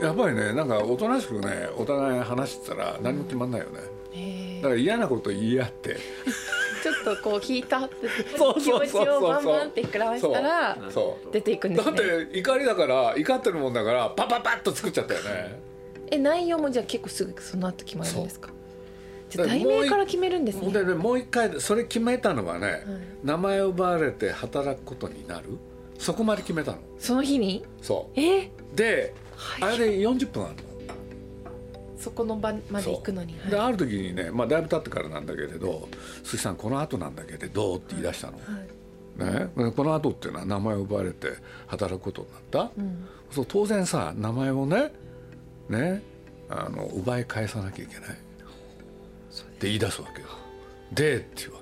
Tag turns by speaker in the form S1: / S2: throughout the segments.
S1: やっぱりねなんかおとなしくねお互い話してたら何も決まんないよね、
S2: へー
S1: だから嫌なこと言い合って
S2: ちょっとこう引いたって
S1: そう
S2: 気
S1: そうそうそう
S2: 持ちをバンバンって膨らましたら
S1: そ
S2: 出ていくん
S1: う
S2: です
S1: だっ
S2: ね
S1: て怒りだから怒ってるもんだからパパパッと作っちゃったよね
S2: え内容もじゃあ結構すぐその後決まるんですかじゃあ
S1: だから
S2: 題
S1: もう
S2: 名
S1: い
S2: から決めるんですね
S1: でねもう一回それ決めたのはね、
S2: はい
S1: 名前を奪われて働くことになるそこまで決めたの
S2: その日に
S1: そ
S2: えー
S1: うで、
S2: はい
S1: あれ40分あるの
S2: そこの場まで行くのに
S1: で
S2: はい
S1: ある時にね、まあ、だいぶ経ってからなんだけれど「鈴木さんこの後なんだけれど」って言い出したの、
S2: はい
S1: ね、この後っていうのは名前を奪われて働くことになった、
S2: うん
S1: そう当然さ名前をねねあの奪い返さなきゃいけないって言い出すわけよ「で」って言うわ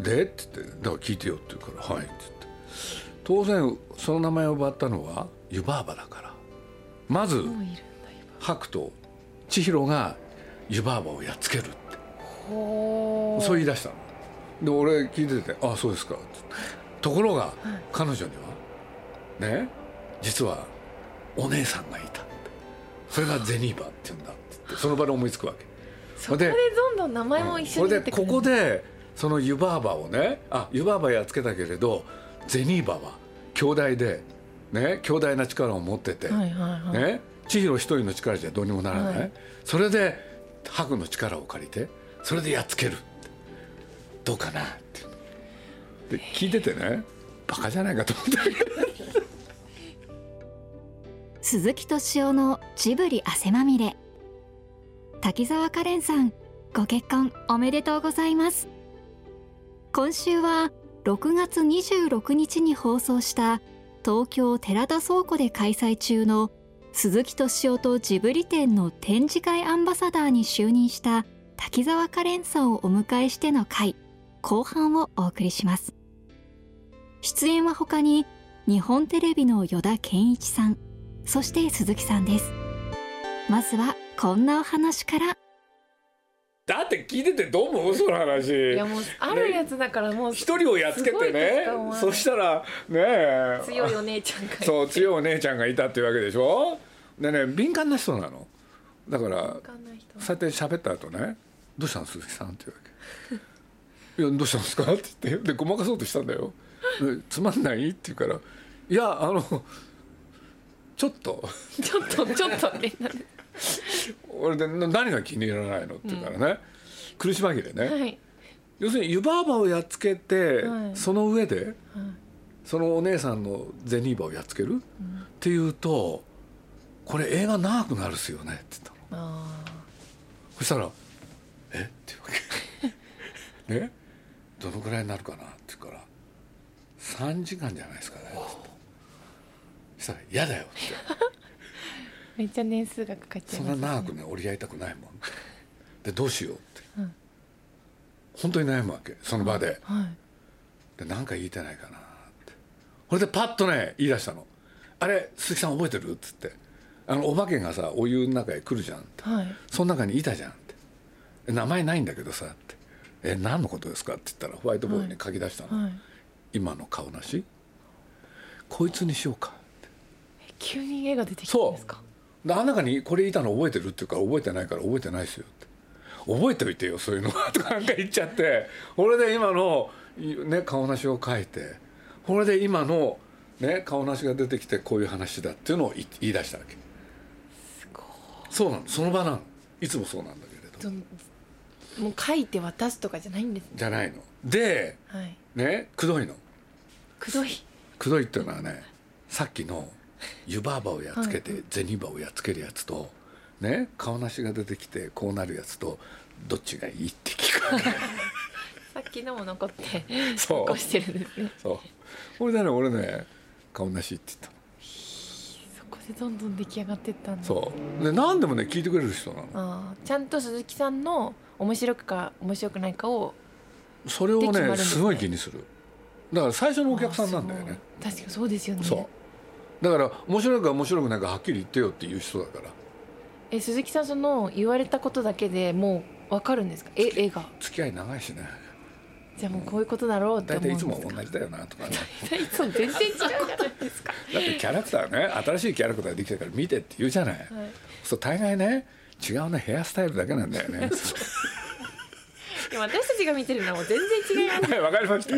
S1: け「で」って言って「だから聞いてよ」って言うから「はい」って言って当然その名前を奪ったのは湯婆婆だからまず
S2: もういるんだ
S1: 白と千尋が湯婆婆をやっつけるって
S2: 今ほー
S1: そう言い出したので俺聞いてて「あそうですか」ってところが彼女にはね実はお姉さんがいたってそれがゼニーバって言うんだって言ってその場で思いつくわけ
S2: そこでどんどん名前も一緒になってく
S1: それ
S2: る
S1: でここでその湯婆婆をねあ湯婆婆やっつけたけれどゼニーバは兄弟でね強大な力を持ってて、
S2: はいはいはい
S1: ね、千尋一人の力じゃどうにもならない、
S2: はい
S1: それで白の力を借りてそれでやっつけるどうかなってで聞いててねバカじゃないかと思ったけど
S3: 鈴木敏夫のジブリ汗まみれ滝沢カレンさんご結婚おめでとうございます今週は6月26日に放送した東京寺田倉庫で開催中の鈴木敏夫とジブリ展の展示会アンバサダーに就任した滝沢カレンさんをお迎えしての回後半をお送りします出演は他に日本テレビの依田健一さんそして鈴木さんですまずはこんなお話から
S1: だって聞いててどうも嘘の
S2: い
S1: 話
S2: やもうあるやつだからもう
S1: 一人をやっつけて
S2: すごい
S1: ね
S2: 結果もある
S1: そしたらねえ
S2: 強いお姉ちゃんがいて
S1: そう強いお姉ちゃんがいたっていうわけでしょでね敏感な人なのだから
S2: 他の人
S1: そうやって喋った後ね「どうしたの鈴木さん」って言うわけ「 いやどうしたんですか?」って言ってでごまかそうとしたんだよ「でつまんない?」って言うから「いやあのちょっと
S2: ちょっとちょっとねなんで
S1: 俺でな何が気に入らないの?」って言うからね、苦し紛れね、
S2: はい
S1: 要するに湯婆婆をやっつけて、
S2: はい
S1: その上でそのお姉さんのゼニーバをやっつける、っていうと「これ映画長くなるっすよね」って言ったの。
S2: あ
S1: そしたら「えっ?」て言うわけねどのぐらいになるかなって言うから「3時間じゃないですかね」つってそしたら「嫌だよ」って
S2: ーめっちゃ年数がかかっ
S1: 「
S2: ちゃ
S1: そん
S2: いま
S1: な
S2: す
S1: 長くね折り合いたくないもん」で「どうしよう」って、本当に悩むわけその場で
S2: はい
S1: で何か言いてないかなってそれでパッとね言い出したの「あれ鈴木さん覚えてる?」っつってあのお化けがさお湯の中へ来るじゃんって
S2: はい
S1: その中にいたじゃんってえ名前ないんだけどさってえ何のことですかって言ったらホワイトボードに書き出したの、
S2: はい
S1: 今の顔なしこいつにしようかって
S2: え急に絵が出てきたんですか
S1: であの中にこれいたの覚えてるっていうから覚えてないから覚えてないですよって覚えておいてよそういうのはとかなんか言っちゃって俺で今の、いね、顔なしを書いてこれで今の、ね、顔なしが出てきてこういう話だっていうのを言言い出したわけ
S2: すごい
S1: そうなのその場なのいつもそうなんだけれど
S2: そのもう書いて渡すとかじゃないんですね
S1: じゃないので
S2: はい
S1: ねくどいの
S2: くどい
S1: くどいっていうのはねさっきの湯婆婆をやっつけて銭婆をやっつけるやつと、ね、顔なしが出てきてこうなるやつとどっちがいいって聞くわけ
S2: さっきのも残って
S1: そう
S2: 残してるんですね
S1: そう俺だね俺ね顔なしって言っ
S2: そこでどんどん出来上がってったんだ
S1: たのそうで何でもね聞いてくれる人なの
S2: あーちゃんと鈴木さんの面白くか面白くないかを
S1: それを
S2: で決
S1: ね
S2: まるん
S1: す
S2: ですね
S1: ごい気にするだから最初のお客さんなんだよね
S2: あーそう確かにそうですよね
S1: そうだから面白いか面白くないかはっきり言ってよっていう人だから
S2: え鈴木さんその言われたことだけでもう分かるんですかえ絵が
S1: 付き合い長いしね
S2: じゃあもうこういうことだろうって
S1: 大
S2: 思うん
S1: 体いつ
S2: ですか
S1: も同じだよなとかね
S2: 大体いつも全然違うじゃないですか。
S1: だってキャラクターね新しいキャラクターできたから見てって言うじゃない、
S2: はい
S1: そう大概ね違うねヘアスタイルだけなんだよ ね
S2: でも私たちが見てるのはもう全然違います。
S1: はい わかりました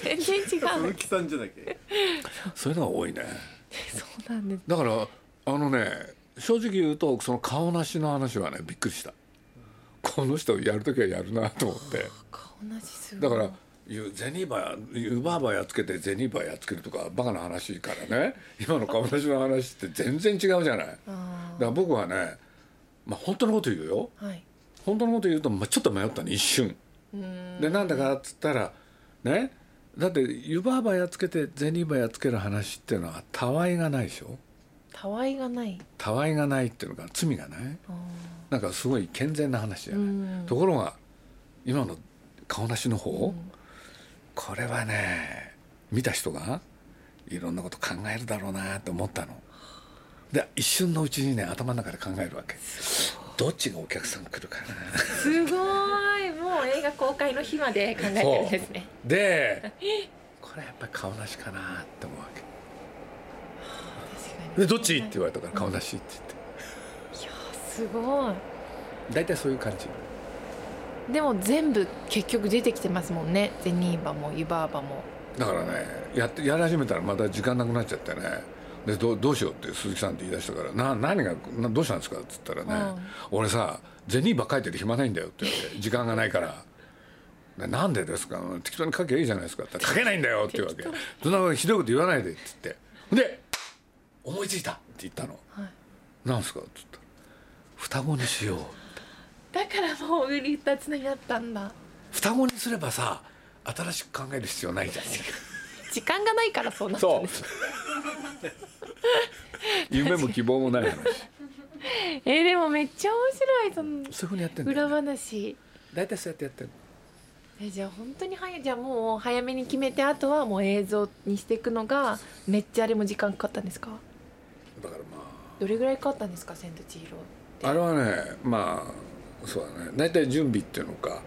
S2: 全然違
S4: 鈴
S2: う。
S4: 木さんじゃなきゃ
S1: そういうのが多いね
S2: そうなんです。
S1: だからあのね正直言うとその顔なしの話はねびっくりしたこの人やる時はやるなと思って
S2: 顔同じすご
S1: だ
S2: い
S1: からゆゼニーバユバーバーやっつけてゼニーバーやっつけるとかバカな話からね今の顔なしの話って全然違うじゃないだか
S2: あ
S1: ら僕はねまあ本当のこと言うよ
S2: ーはい。
S1: 本当のこと言うと、まあ、ちょっと迷ったね一瞬
S2: うーん。
S1: でなんだかっつったらねだって湯婆婆やっつけて銭婆やっつける話っていうのはたわいがないでしょ
S2: たわいがない。
S1: たわいがないっていうのが罪がない
S2: あ
S1: なんかすごい健全な話じゃ
S2: ーう
S1: ない
S2: ん。
S1: ところが今の顔なしの方、
S2: ん
S1: これはね見た人がいろんなこと考えるだろうなと思ったので一瞬のうちにね頭の中で考えるわけどっちがお客さん来るかな
S2: すごい。もう映画公開の日まで考えてるんですね。
S1: でこれやっぱり顔なしかなって思うわ
S2: 確かに
S1: けでどっちって言われたから顔なしって言って
S2: いやーすごい。
S1: 大体そういう感じ
S2: でも全部結局出てきてますもんね。ゼニーバもユバーバも。
S1: だからねやってやり始めたらまた時間なくなっちゃってねでどうどうしようって鈴木さんって言い出したから「な何がなどうしたんですか?」っつったらね、俺さ銭ばっかり書いてる暇ないんだよ」って言われて「時間がないから」でなんでですか適当に書けばいいじゃないですか」って言ったら「書けないんだよ」って言うわけ「そんなことひどいこと言わないで」って言ってで「思いついた」って言ったの
S2: はい。
S1: 「なんですか?」って言ったら「双子にしよう」
S2: だからもう売り二つになったんだ。
S1: 双子にすればさ新しく考える必要ないじゃん
S2: 時間がないからそうなった んです。
S1: 夢も希望もない話
S2: えーでもめっちゃ面白いその
S1: そういうふうにやってんだよ
S2: 裏話。
S1: 大体そうやってやってる
S2: えじゃあ本当に早いじゃあもう早めに決めてあとはもう映像にしていくのがめっちゃあれも時間かかったんですか
S1: だからま
S2: どれぐらいかかったんですか「千と千尋」
S1: ああれはねまあそうだね大体準備っていうのか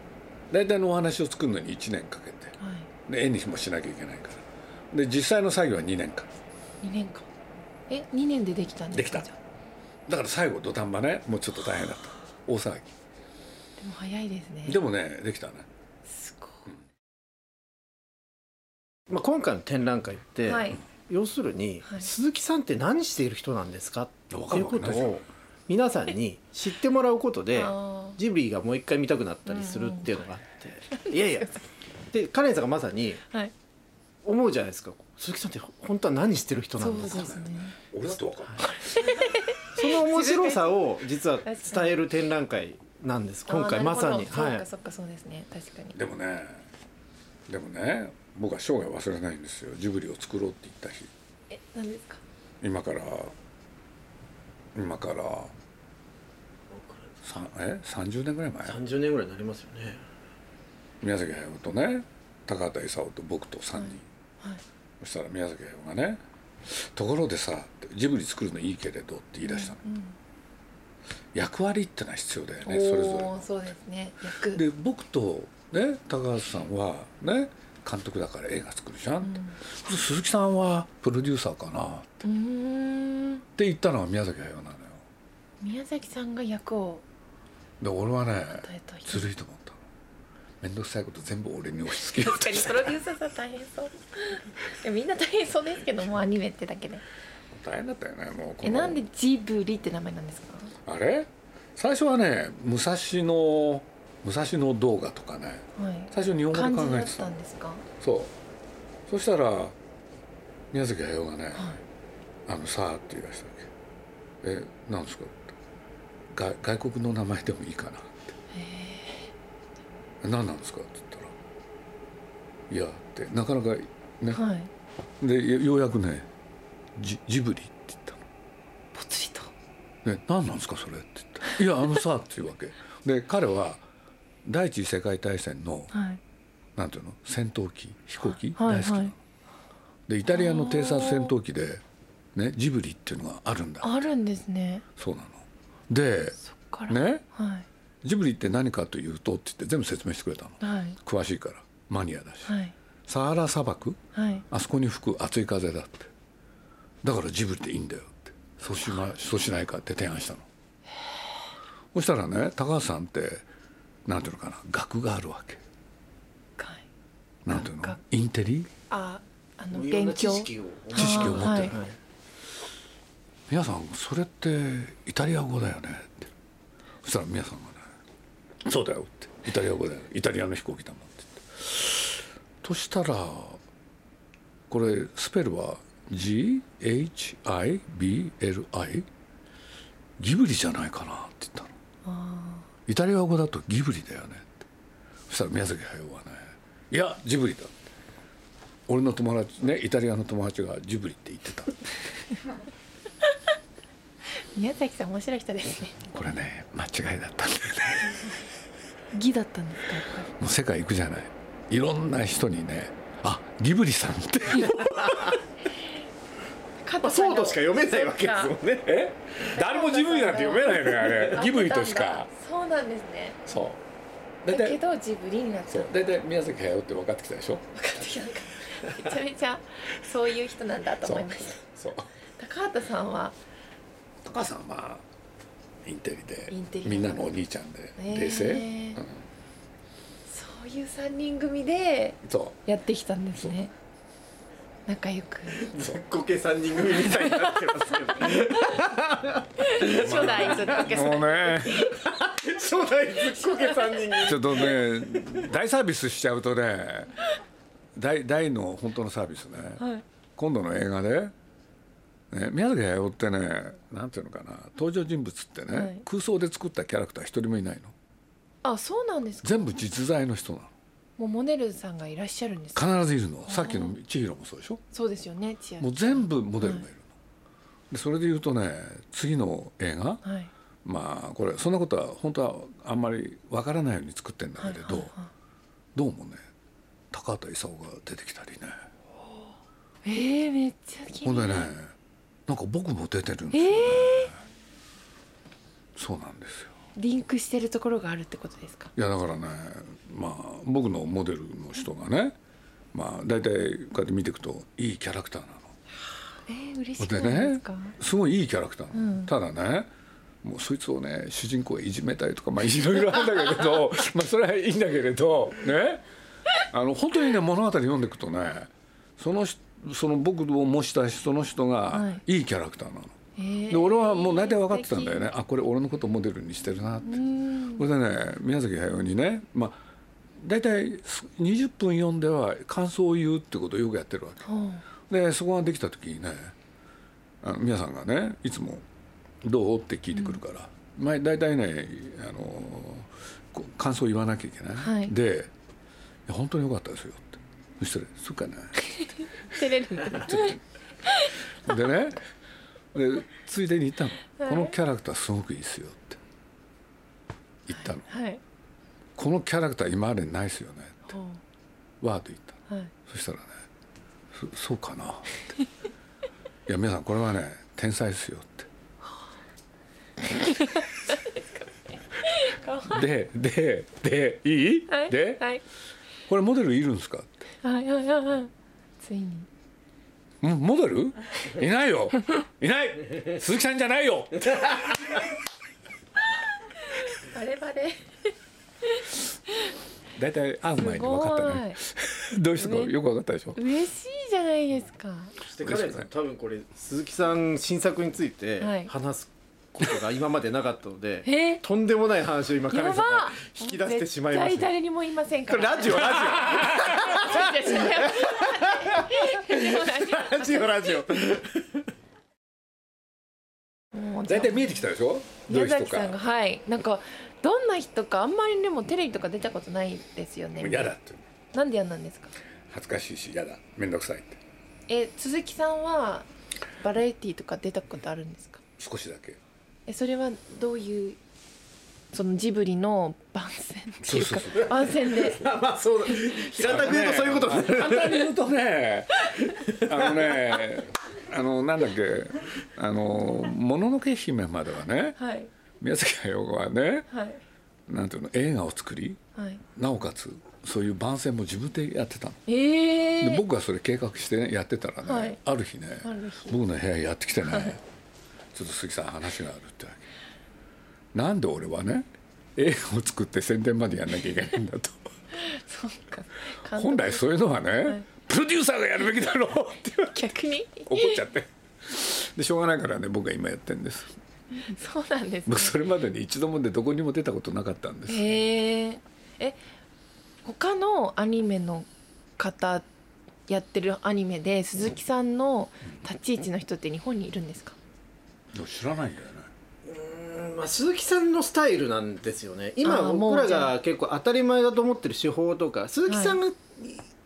S1: 大体のお話を作るのに1年かけて
S2: はい
S1: で絵にもしなきゃいけないからで実際の作業は2年間
S2: 2年間え二2年でできたんですか
S1: できた
S2: じゃあ
S1: だから最後土壇場ねもうちょっと大変だった大騒
S2: でも早いですね
S1: ぎでもねできたね
S2: すご
S4: まあ、今回の展覧会って、
S2: いはい
S4: 要するに、
S2: はい
S4: 鈴木さんって何している人なんですかって
S1: わかる
S4: いう
S1: わ
S4: こ
S1: け
S4: と
S1: ないじゃん
S4: を皆さんに知ってもらうことで
S2: あ
S4: ジブリがもう一回見たくなったりするっていうのがあって、いやいやでカレンさんがまさに
S2: ーはい
S4: 思うじゃないですか鈴木さんって本当は何してる人な
S2: そうん
S4: で
S2: です
S4: か
S2: すね
S1: 俺だって分かんない
S4: その面白さを実は伝える展覧会なんです今回
S2: あー
S4: まさに
S2: なるほど
S4: は
S2: そっか
S4: い
S2: そっかそうですね確かに
S1: でもねでもね僕は生涯忘れないんですよジブリを作ろうって言った日
S2: え何ですか
S1: 今から今からさんえ30年ぐらい前
S4: 30年ぐらいになりますよね
S1: 宮崎駿とね高畑勲と僕と3人、
S2: はい
S1: そしたら宮崎駿がね「ところでさってジブリ作るのいいけれど」って言い出したの、
S2: うん
S1: 役割ってのは必要だよ
S2: お
S1: ねそれぞれ
S2: ー
S1: の
S2: そうですね役
S1: で僕とね高畑さんはね監督だから映画作るじゃん、って鈴木さんはプロデューサーかなっ
S2: うんうーん
S1: て言ったのが宮崎駿なのよ
S2: 宮崎さんが役を
S1: で俺はね
S2: 与えた人
S1: ずるいと思ったの面倒くさいこと全部俺に押し付けよう
S2: 確
S1: と
S2: かに
S1: し
S2: プロデューサーさん大変そういやみんな大変そうですけどもうアニメってだけで
S1: た大変だったよねもうこ
S2: え
S1: の
S2: なんでジブリって名前なんですか
S1: あれ最初はね武蔵野武蔵野動画とかね
S2: はい
S1: 最初日本語
S2: 漢
S1: で
S2: 字
S1: 考
S2: だ
S1: え
S2: ってた
S1: たの
S2: んですか
S1: そうそしたら宮崎駿がね、
S2: はい
S1: あのさあ」って言い出したわけ「えなんですか?」って「外外国の名前でもいいかな」って「え何なんですか?」って言ったら「いや」ってなかなかね、
S2: はい
S1: でよようやくねジジブリって言ったの。
S2: ぽつりと
S1: ね、何なんですかそれ」って言った「いやあのさ」っていうわけで彼は第一次世界大戦の
S2: はい
S1: なんていうの戦闘機飛行機、
S2: は
S1: 大
S2: い
S1: 好きなの、
S2: はい
S1: でイタリアの偵察戦闘機で、ね、ジブリっていうのがあるんだ
S2: あるんですね
S1: そうなので
S2: そっから
S1: ね
S2: は
S1: ジブリって何かというとって言って全部説明してくれたの
S2: いはい
S1: 詳しいからマニアだし、
S2: はい
S1: サハラ砂漠
S2: はい
S1: あそこに吹く熱い風だってだからジブリでいいんだよってそうし,、ま、そうしないかって提案したのそしたらね高橋さんってなんていうのかな学があるわけ
S2: はい
S1: なんていうの
S2: 学
S1: インテリ
S2: ああの
S4: いろん
S2: 勉
S4: な知
S2: 強
S4: 識を
S1: 知識を持ってる、
S2: は
S4: はい
S1: 皆さんそれってイタリア語だよねってそしたら皆さんがね「そうだよ」って「イタリア語だよイタリアの飛行機だもん」って言ってとしたらこれスペルは GHIBLI ギブリじゃないかなって言ったのイタリア語だとギブリだよねってそしたら宮崎駿はね「いやジブリだ」俺の友達ねイタリアの友達がジブリって言ってた
S2: 宮崎さん面白い人ですね
S1: これね間違いだったんだよね
S2: 義だったんですかやっぱり
S1: もう世界行くじゃないいろんな人にねあギブリさんって
S2: 加
S4: まあ
S2: 藤さん
S4: そう
S2: が
S4: としか読めないわけですもんね
S1: え誰もジブリなんて読めないのよあれ
S2: あ
S1: ギブリとしか
S2: そうなんですね
S1: そう
S2: だ
S1: 大体
S2: けどジブリになっち
S1: そ
S2: ゃ
S1: う
S2: う
S1: 大体宮崎駿って分かってきたでしょ
S2: 分かってきたなんかめちゃめちゃそういう人なんだと
S1: そ
S2: 思
S1: う
S2: いました
S1: そう
S2: 高畑さんは
S1: 高橋さんはまあインテリで
S2: インテリ
S1: みんなのお兄ちゃんで
S2: へえ
S1: 冷静、うん
S2: そういう3人組で
S1: そ
S2: やってきたんですね仲良 く
S1: うそう
S4: 合計三人組みたいになってますけど
S2: 初代ずっとけさん
S1: もうね
S4: 初代ずっこけ三人組
S1: ちょっとね大サービスしちゃうとね大大の本当のサービスね、
S2: はい
S1: 今度の映画で、ね、宮崎駿ってねなんていうのかな登場人物ってね、
S2: はい
S1: 空想で作ったキャラクター一人もいないの
S2: あそうなんですか
S1: 全部実在の人な
S2: もうモネルさんがいらっしゃるんですか
S1: の必ずいるのさっきの千尋もそうでしょ
S2: そうですよね千
S1: もう
S2: 秋
S1: 全部モデルがいるの、でそれで言うとね次の映画
S2: はい
S1: まあこれそんなことは本当はあんまりわからないように作ってんだけれど、どうもね高畑勲が出てきたりね
S2: えー、めっちゃ気
S1: ほん
S2: にな
S1: で
S2: る
S1: ねなんか僕も出てるんですよ、
S2: えー、
S1: そうなんですよ
S2: リンクしてるところがあるってことですか
S1: いやだからねまあ僕のモデルの人がねまあ大体こうやって見ていくといいキャラクターなの
S2: えー、嬉
S1: で
S2: しくないです
S1: ね
S2: か、
S1: すごいいいキャラクターなの、
S2: うん
S1: ただねもうそいつをね主人公がいじめたりとかまあいろいろあるんだけれど まあそれはいいんだけれどねあの本当にね物語読んでいくとねその人その僕を模したその人
S2: は
S1: がいいキャラクターなの、
S2: えー
S1: で俺はもう大体分かってたんだよねあこれ俺のことをモデルにしてるなって
S2: うん
S1: それでね宮崎駿にねまあ大体す20分読んでは感想を言うってことをよくやってるわけ
S2: ほう
S1: でそこができた時にねあの皆さんがねいつも「どう?」って聞いてくるから、前大体ねあのこう感想を言わなきゃいけない、
S2: はい
S1: でいや「本当に良かったですよ」ってそしたら「そうかな」
S2: 照れるんだ
S1: でねでついでに言ったの、このキャラクターすごくいいですよ」って言ったの、
S2: はい
S1: このキャラクター今までないですよね」
S2: ほ
S1: わーっと言ったの
S2: うはい
S1: そしたらね「そそうかな」って「いや皆さんこれはね天才ですよ」って。でででいい、
S2: はい
S1: で、
S2: はい
S1: これモデルいるんですかって
S2: はいはいはいはいついに
S1: んモデルいないよいない鈴木さんじゃないよ
S2: バレバレ
S1: 大体会う前に分かったねどういう人かよく分かったでしょ
S2: 嬉しいじゃないですか
S4: そしてカレンさん多分これ鈴木さん新作について
S2: はい
S4: 話すことが今までなかったので、
S2: えー
S4: とんでもない話を今カレンさんが引き出してしまいまし
S2: 絶対
S4: た
S2: 誰にも言いませんか
S4: これ
S2: ら
S4: ラジオラ
S2: 違う違う違う
S4: ジオラジオラジオ
S2: もう
S1: 大体見えてきたでしょどういう
S2: 宮
S1: 人
S2: 崎さんが
S1: か
S2: はいなんかどんな人かあんまりでもテレビとか出たことないですよね
S1: 嫌だって
S2: なんで嫌なんですか
S1: 恥ずかしいし嫌だ面倒くさいって
S2: え鈴木さんはバラエティーとか出たことあるんですか
S1: 少しだけ
S2: えそれはどういうそのジブリの番宣っていうか
S1: そうそうそう
S2: 番宣で
S4: まあそうだ平たく言うとそういうことになる
S1: 簡単に言うとね あのねあのなんだっけあの「もののけ姫」まではね
S2: はい
S1: 宮崎駿はね
S2: はい
S1: なんていうの映画を作り
S2: はい
S1: なおかつそういう番宣も自分でやってたの
S2: えええ
S1: で僕がそれ計画して、ね、やってたらね、
S2: はい
S1: ある日ね
S2: ある日
S1: 僕の部屋やってきてね、ちょっと杉さん話があるってわけなんで俺はね映画を作って宣伝までやんなきゃいけないんだと
S2: そうか監督
S1: 本来そういうのはね、
S2: い
S1: プロデューサーがやるべきだろうって
S2: 逆に
S1: 怒っちゃって でしょうがないからね僕は今やってるんです
S2: そうなんです、ね
S1: 僕、それまでに一度もでどこにも出たことなかったんです、
S2: へええ他のアニメの方やってるアニメで鈴木さんの立ち位置の人って日本にいるんですか
S1: 知らないんだよね
S4: まあ、鈴木さんのスタイルなんですよね今
S2: あーもう
S4: 僕らが結構当たり前だと思ってる手法とか鈴木さんが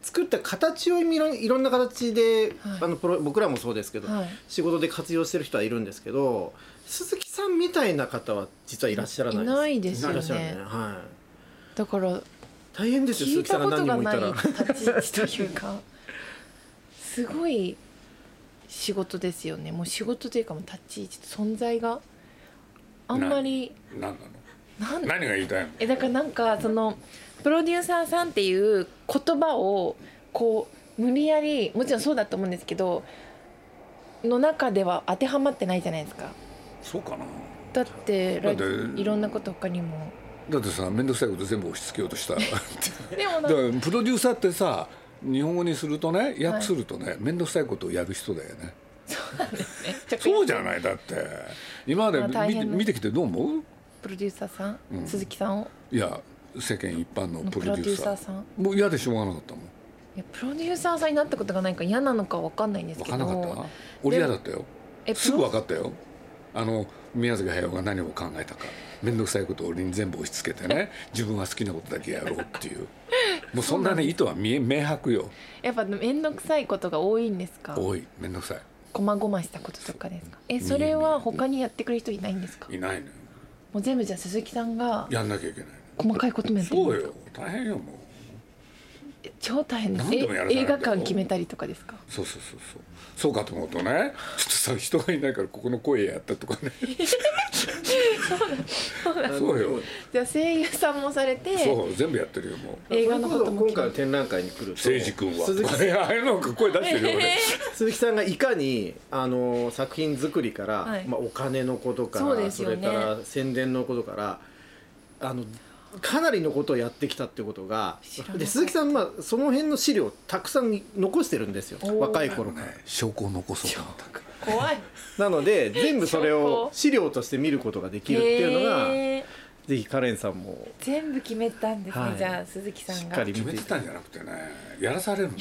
S4: 作った形をいろんいろんな形で、
S2: はい
S4: あのプロ僕らもそうですけど、
S2: はい
S4: 仕事で活用してる人はいるんですけど鈴木さんみたいな方は実はいらっしゃらないです
S2: ないですよね
S4: らっしゃらないは
S2: だから
S4: い、大変ですよ
S2: 聞
S4: 鈴
S2: い
S4: 木
S2: た
S4: さん
S2: こ
S4: が
S2: と
S4: 何人
S2: が
S4: もい
S2: な
S4: た
S2: い
S4: ら。
S2: 立ち位置というかすごい仕事ですよねもう仕事というかもう立ち位置存在があんまり
S1: 何なの
S2: なん
S1: 何が言いたいの
S2: えだからなんかそのプロデューサーさんっていう言葉をこう無理やりもちろんそうだと思うんですけどの中では当てはまってないじゃないですか
S1: そうかな
S2: だって
S1: だって
S2: いろんなこと他にも
S1: だってさ面倒くさいこと全部押し付けようと しただか
S2: でもな
S1: ら
S2: んか
S1: プロデューサーってさ日本語にするとね訳するとね面倒、くさいことをやる人だよねそうじゃないだって今まで
S2: まあ
S1: 見,、
S2: 大変な
S1: 見てきてどう思う
S2: プロデューサーさん、
S1: うん
S2: 鈴木さんを
S1: いや世間一般の
S2: の
S1: プ
S2: プ
S1: ロ
S2: ロ
S1: デ
S2: デ
S1: ュ
S2: ュ
S1: ーサ
S2: ーサ
S1: ー
S2: ーさん
S1: もう嫌でしょうがなかったもん
S2: いやプロデューサーさんになったことがないから嫌なのか分かんないんです
S1: 分
S2: け
S1: か
S2: ど
S1: んなかった俺嫌だったよ
S2: え
S1: すぐ
S2: プ
S1: 分
S2: ロ
S1: かったよあの宮崎駿が何を考えたか面倒くさいことを俺に全部押し付けてね自分は好きなことだけやろうっていうもうそんなね意図は見え明白よ
S2: やっぱ面倒くさいことが多いんですか
S1: 多い面倒くさ
S2: こまごましたこととかですかえそれは他にやってくれる人いないんですか
S1: いいないのよ
S2: もう全部じゃあ鈴木さんが
S1: やんなきゃいけない
S2: 細かいこともやってるん
S1: そ
S2: で
S1: う
S2: すか
S1: よ大変よもう
S2: え超大変です
S1: 何でもやら
S2: え
S1: さない
S2: 映
S1: と
S2: 画館決めたりとかですか
S1: そうそうそうそうそうかと思うとねちょっとさ人がいないからここの声やったとかねそうよ
S2: じゃあ声優さんもされて
S1: そう全部やってるよもう
S2: 映画のことも
S4: 今
S2: 決
S4: 回
S2: め
S4: の展覧会に来ると
S1: 誠治君は
S4: 鈴木さん
S1: いやあれなんか声出してるよ俺
S4: 鈴木さんがいかにあの作品作りから、
S2: はい
S4: まあ、お金のことから
S2: そうですよね
S4: れから宣伝のことからあのかなりのことをやってきたってことが
S2: 知らなかった
S4: で鈴木さん、まあ、その辺の資料たくさん残してるんですよ
S2: おー
S4: 若い頃から。
S1: 証拠を残そうと思ったから
S2: 怖い
S4: なので全部それ
S2: 証拠
S4: を資料として見ることができるっていうのが、
S2: へえ
S4: ぜひカレンさんも
S2: 全部決めたんですね、
S4: はい
S2: じゃあ鈴木さ
S4: し
S2: ん
S4: っ
S2: が
S4: かり
S1: 決
S4: 見
S1: め
S4: てい
S1: て
S4: た
S1: たんじゃなくてねやらさ れるの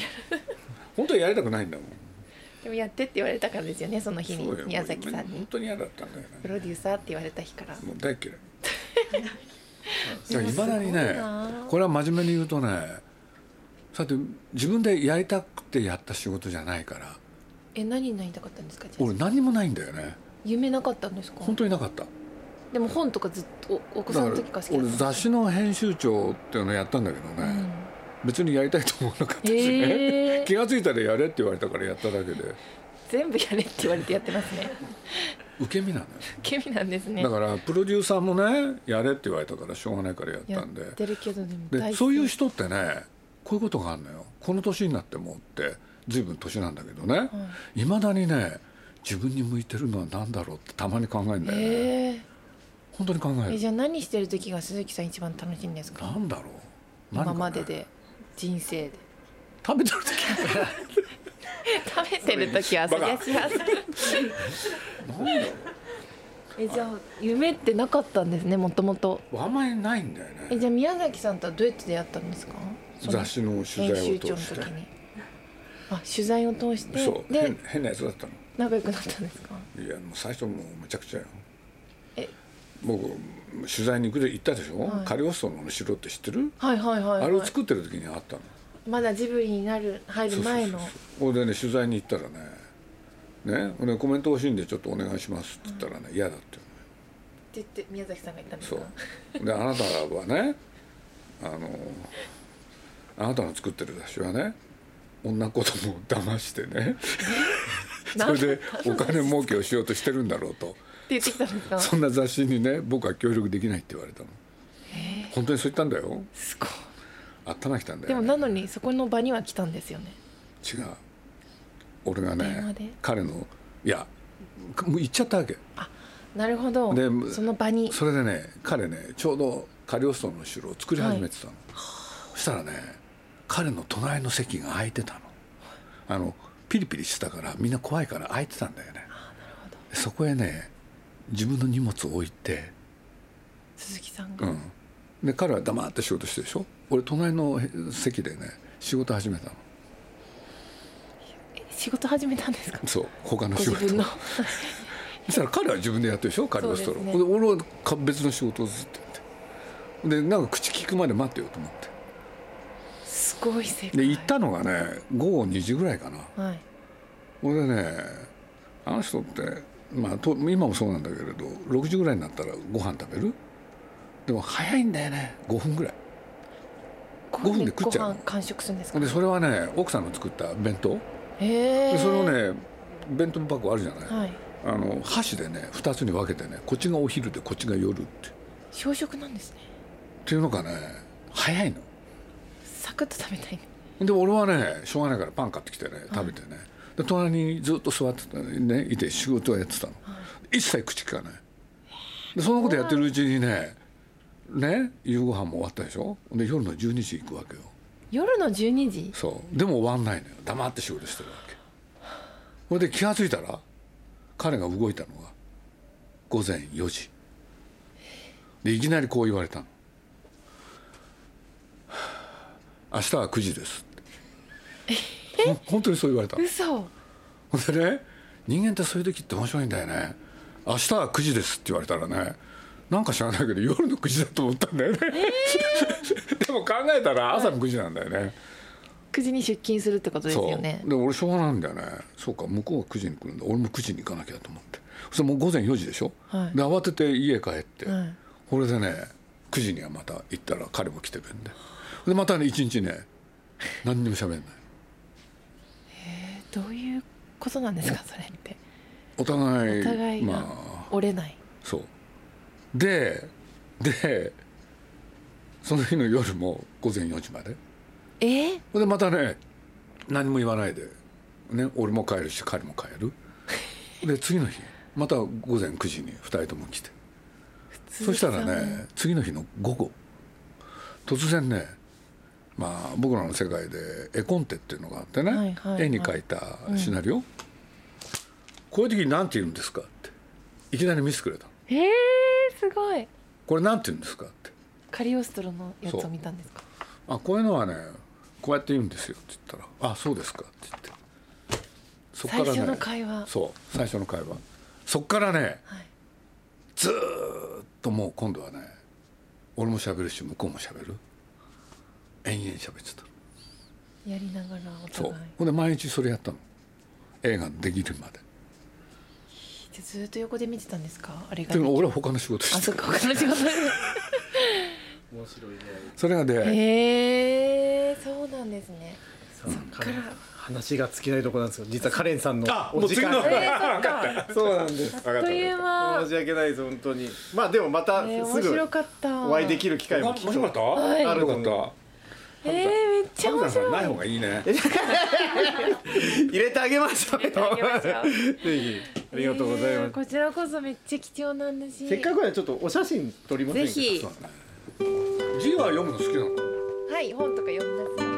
S1: 本当はやりたくないんだもん
S2: でもやってって言われたからですよねその日に
S1: そうよ
S2: 宮崎
S1: も
S2: さん
S1: う
S2: に
S1: 本当に嫌だったんだよ
S2: プ
S1: ね
S2: ロデューサーって言われた日から
S1: もう大 嫌いだから
S2: でも
S1: いまだにね
S2: すごいな
S1: これは真面目に言うとねさて自分でやりたくてやった仕事じゃないから
S2: え何になりたかったんですかじゃあ
S1: 俺何もないんだよね
S2: 夢なかったんですか
S1: 本当になかった
S2: でも本とかずっとおお子
S1: だか
S2: さんの
S1: ら
S2: 時から好きだ
S1: 俺
S2: った
S1: 雑誌の編集長っていうのやったんだけど
S2: う
S1: ね、
S2: ん
S1: 別にやりたいと思わなかったしね、
S2: へえ
S1: 気が付いたらやれって言われたからやっただけで
S2: 全部やれって言われてやってますね
S1: 受け身なのよ
S2: ケミなんですね
S1: だからプロデューサーもねやれって言われたからしょうがないからやったんで
S2: やってるけどでも
S1: で
S2: 大好き
S1: そういう人ってねこういうことがあるのよこの年になってもって随分年なんだけどねいま、未だにね自分に向いてるのは何だろうってたまに考えるんだよね、
S2: へえ
S1: 本当に考え
S2: え
S1: る
S2: じゃあ何してる時が鈴木さん一番楽しいんですか
S1: 何だろう何か
S2: 今
S1: ね
S2: までで人生 で
S1: 食べてる時
S2: 食べてる時はそ
S1: バ
S2: り
S1: カ
S2: ゃ幸 せえじゃあ夢ってなかったんですねもともと
S1: あんまりないんだよ
S2: え
S1: ね
S2: じゃあ宮崎さんとはどうやって出会ったんですかその
S1: 雑誌の取
S2: 編
S1: 材
S2: 集
S1: を
S2: 長の
S1: 通し
S2: 時
S1: て
S2: にあ取材を通して
S1: そう
S2: で
S1: 変変なやつだったの
S2: 仲良くなったんですか
S1: いやもう最初もうめちゃくちゃよ
S2: え
S1: 僕取材に行くで行ったでしょ、
S2: はい
S1: カリオストロの城って知ってる、
S2: はいはいはい、はい、
S1: あれを作ってる時にあったの
S2: まだジブリになる入る前の
S1: ほいでね取材に行ったらねねほんでコメント欲しいんでちょっとお願いしますって言ったらね、嫌だって
S2: って言って宮崎さんが言ったんです
S1: そ
S2: か
S1: うであなたはねあのあなたの作ってる雑誌はね女子供を騙してねそ
S2: なん
S1: れでお金儲けをしようとしてるんだろうと
S2: って言ってきたんですか
S1: そんな雑誌にね僕は協力できないって言われたの本当にそう言ったんだよ
S2: すごい
S1: 頭きたんだ
S2: で
S1: よ
S2: も
S1: ね、
S2: なのにそこの場には来たんですよね
S1: 違う俺が
S2: 電話
S1: ね
S2: で
S1: 彼のいやもう行っちゃったわけ
S2: なるほど
S1: で
S2: その場に
S1: それでね彼ねちょうどカリオストロの城を作り始めてたの、そしたらね彼の隣の席が空いてたのあのピリピリしてたからみんな怖いから空いてたんだよねそこへね自分の荷物を置いて、
S2: 鈴木さん
S1: う
S2: が、
S1: ん、で彼は黙って仕事してるでしょ俺隣の席でね仕事始めたの
S2: 仕事始めたんですか
S1: そう他の
S2: ご
S1: 仕
S2: 自
S1: 事
S2: 分の
S1: そしたら彼は自分でやってるでしょカリオストロ、
S2: そうです
S1: で
S2: ね
S1: 俺はか別の仕事をずっとやってでなんか口聞くまで待ってようと思って
S2: すごい世界
S1: で行ったのがね午後2時ぐらいかな
S2: はい
S1: ほいでねあの人って、まあ、と今もそうなんだけれど6時ぐらいになったらご飯食べるでも早いんだよね5分ぐらい
S2: ご
S1: 分で
S2: 飯
S1: 食っちゃうの
S2: ご飯完食するんですか
S1: でそれはね奥さんの作った弁当
S2: へえ
S1: でそれをね弁当箱あるじゃない、
S2: はい
S1: あの箸でね2つに分けてねこっちがお昼でこっちが夜ってっ
S2: 小食なんですね
S1: ていうのがね早いの
S2: サクッと食べたい
S1: で俺はねしょうがないからパン買ってきてね食べてね、で隣にずっと座ってたねいて仕事をやってたの、一切口聞かないでそのことやってるうちにねね夕ご飯も終わったでしょで夜の12時行くわけよ
S2: 夜の12時
S1: そうでも終わんないのよ黙って仕事してるわけそれで気が付いたら彼が動いたのが午前4時でいきなりこう言われたのはあ「明日は9時です」ってほん本当にそう言われた
S2: 嘘
S1: ほんでね人間ってそういう時って面白いんだよね「明日は9時です」って言われたらねなんか知らないけど夜の9時だと思ったんだよね、 でも考えたら朝の9時なんだよね、
S2: 9時に出勤するってことですよね
S1: そうで俺しょうがないんだよねそうか向こうが9時に来るんだ俺も9時に行かなきゃと思ってそしたらもう午前4時でしょ、
S2: はい
S1: で慌てて家帰って、
S2: はい
S1: これでね9時にはまた行ったら彼も来てるんででまたね一日ね何にも喋んない
S2: えどういうことなんですかそれって
S1: お互い
S2: お互いが
S1: まあ
S2: 折れない
S1: そうででその日の夜も午前4時まで
S2: えー、
S1: でまたね何も言わないで、ね、俺も帰るし彼も帰るで次の日また午前9時に2人とも来てそしたらね次の日の午後突然ねまあ僕らの世界で絵コンテっていうのがあってね、
S2: はいはいはい
S1: 絵に描いたシナリオ、こういう時に何て言うんですかっていきなり見せてくれたの
S2: えー、すごい
S1: これ何て言うんですかって
S2: カリオストロのやつ
S1: そ
S2: を
S1: う
S2: 見たんですか
S1: あこういうのはねこうやって言うんですよって言ったら「あそうですか」って言ってそっからね
S2: 最初の会話
S1: そう最初の会話そっからね、
S2: い
S1: ずーっともう今度はね俺も喋るし向こうも喋る延々喋ってた
S2: やりながらお
S1: そ
S2: 互
S1: う
S2: い
S1: ほんで毎日それやったの映画できるまで
S2: でずっと横で見てたんですかあれが
S1: でも俺は他の仕事
S2: あ
S1: して
S2: そったか他の仕事
S4: 面白いね
S1: それが出会い
S2: へえー、そうなんですね
S4: さあカレン話が尽きないところなんですけど実はカレンさんの
S1: あも
S4: お
S1: う
S4: 時
S1: 次の
S4: 間
S1: 分
S4: が
S1: かった
S4: そうなんです
S1: 分か
S2: あ
S1: っ
S2: っという
S1: た
S2: 間
S4: 申し訳ないです本当にまあでもまた
S2: えー、
S4: す
S2: 面白
S4: ぐ
S2: かった
S4: お会いできる機会も
S1: 面
S4: きっ
S1: 白かっ
S4: と
S1: た、
S2: い
S1: よかった
S2: えー、めっちゃ面
S1: 田さん
S2: 白
S1: ないい方がいいね
S4: 入れてあげましょうよ
S2: あげましょう
S4: ぜひありがとうござい
S2: えー
S4: ます
S2: こちらこそめっちゃ貴重なんだし
S4: せっかくはちょっとお写真撮りません
S2: ぜ
S4: か
S2: ひ
S1: 字は読むの好きなの
S2: はい本とか読みなさい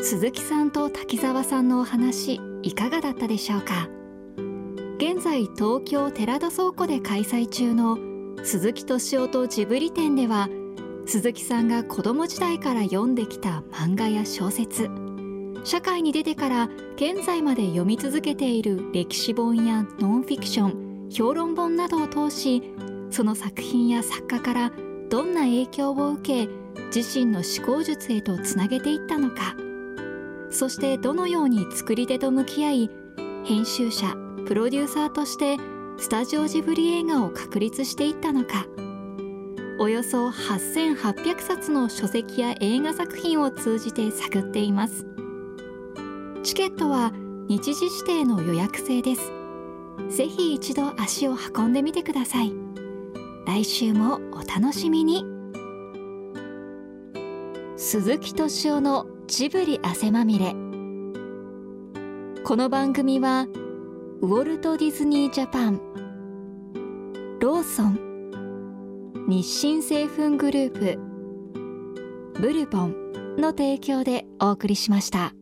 S3: 鈴木さんと滝沢さんのお話いかがだったでしょうか現在東京寺田倉庫で開催中の鈴木敏夫とジブリ展では鈴木さんが子供時代から読んできた漫画や小説社会に出てから現在まで読み続けている歴史本やノンフィクション評論本などを通しその作品や作家からどんな影響を受け自身の思考術へとつなげていったのかそしてどのように作り手と向き合い編集者プロデューサーとしてスタジオジブリ映画を確立していったのかおよそ8800冊の書籍や映画作品を通じて探っていますチケットは日時指定の予約制ですぜひ一度足を運んでみてください来週もお楽しみに鈴木敏夫のジブリ汗まみれこの番組はウォルト・ディズニー・ジャパンローソン日清製粉グループブルボンの提供でお送りしました。